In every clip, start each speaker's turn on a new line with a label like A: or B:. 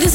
A: this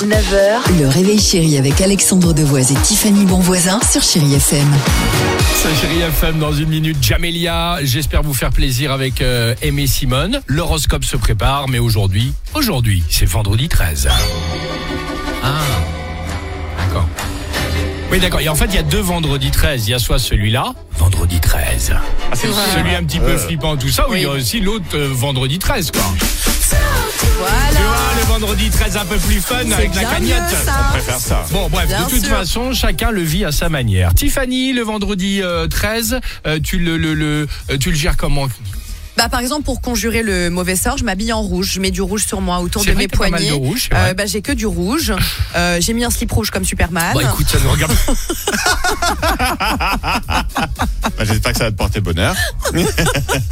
B: 9h, le réveil chéri avec Alexandre Devoise et Tiffany Bonvoisin sur Chérie FM.
C: C'est Chérie FM dans une minute. Jamelia, j'espère vous faire plaisir avec euh, Aimé Simone. L'horoscope se prépare, mais aujourd'hui, aujourd'hui, c'est vendredi 13. Ah, d'accord. Oui, d'accord. Et en fait, il y a deux vendredis 13. Il y a soit celui-là, vendredi 13. celui un petit peu flippant, tout ça, ou il y a aussi l'autre euh, vendredi 13, quoi. Tu vois, le vendredi 13 un peu plus fun avec la cagnotte.
D: On préfère ça.
C: Bon, bref,
B: Bien
C: de toute
B: sûr.
C: façon, chacun le vit à sa manière. Tiffany, le vendredi euh, 13, euh, tu, le, le, le- euh, tu le gères comment
B: Bah, par exemple, pour conjurer le mauvais sort, je m'habille en rouge. Je mets du rouge sur moi, autour
C: C'est
B: de
C: vrai
B: mes
C: que t'as pas mal
B: poignets.
C: de rouge, c'est vrai.
B: Euh, bah, j'ai que du rouge. Euh, j'ai mis un slip rouge comme Superman.
C: Bon, Bah, écoute, ça nous regarde.
D: Bah, J'espère que ça va te porter bonheur.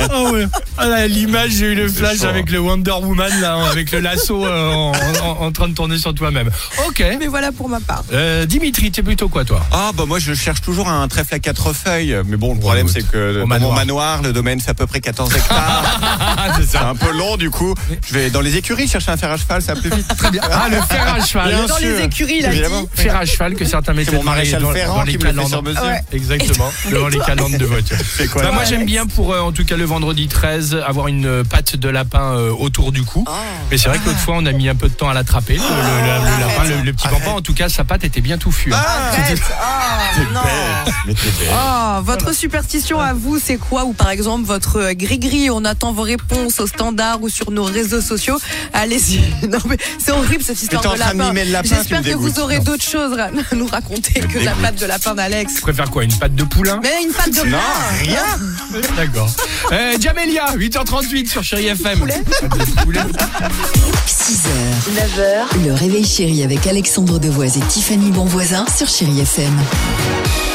C: Ah ouais. Ah là, l'image, j'ai eu le flash
D: chaud,
C: avec le Wonder Woman, là, hein, avec le lasso euh, en, en- en train de tourner sur toi-même. Ok.
B: Mais voilà pour ma part.
C: Euh, Dimitri, t'es plutôt quoi, toi
E: Ah bah moi je cherche toujours un trèfle à quatre feuilles, mais bon le problème
C: écoute,
E: c'est que
C: au
E: dans
C: manoir.
E: mon manoir le domaine fait à peu près 14 hectares,
C: Ah, c'est
E: c'est un peu long du coup. Je vais dans les écuries chercher un fer à cheval, ça va plus vite. Bah,
C: Très bien. Ah, le fer à cheval.
E: Bien
B: Dans
E: sûr,
B: les écuries, il a dit.
E: évidemment.
C: Fer à cheval que certains mettent
E: C'est mon maréchal Ferrand qui me le fait sur mesure. Ouais.
C: Exactement, devant les calandres de voiture.
E: quoi,
C: Bah,
E: là
C: moi j'aime bien pour euh, en tout cas le vendredi 13 avoir une euh, patte de lapin euh, autour du cou. Mais c'est vrai que l'autre fois on a mis un peu de temps à l'attraper, le, le- la- le lapin, le, le petit bambin. En tout cas sa patte était bien touffue. hein.
B: Arrête. Oh, non.
E: Mais t'es belle.
B: Oh, votre superstition à vous, c'est quoi Ou par exemple, votre euh, gris-gris, on attend vos réponses au standard ou sur nos réseaux sociaux. Allez-y. Non, mais c'est horrible cette histoire
E: t'es en
B: de
E: train de
B: lapin.
E: mimer le lapin,
B: J'espère
E: tu me
B: que vous
E: dégoûtes.
B: aurez d'autres choses à nous raconter que la patte de lapin d'Alex.
C: Tu préfères quoi Une patte de poulain
B: Mais une patte de lapin.
E: Non, rien
C: D'accord. Euh, Jamelia, 8h38 sur Chéri FM. Poulet.
B: 6h, 9h.
F: le réveil chéri avec Alexandre Devoise et Tiffany Bonvoisin sur Chérie FM.